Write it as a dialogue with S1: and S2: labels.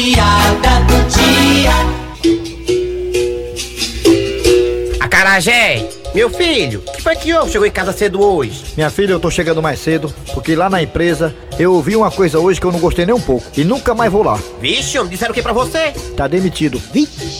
S1: piada do dia.
S2: Acarajé, meu filho, que foi que houve? Chegou em casa cedo hoje.
S3: Minha filha, eu tô chegando mais cedo, porque lá na empresa eu ouvi uma coisa hoje que eu não gostei nem um pouco. E nunca mais vou lá.
S2: Vixe, homem, disseram o que pra você?
S3: Tá demitido.
S2: Vixe.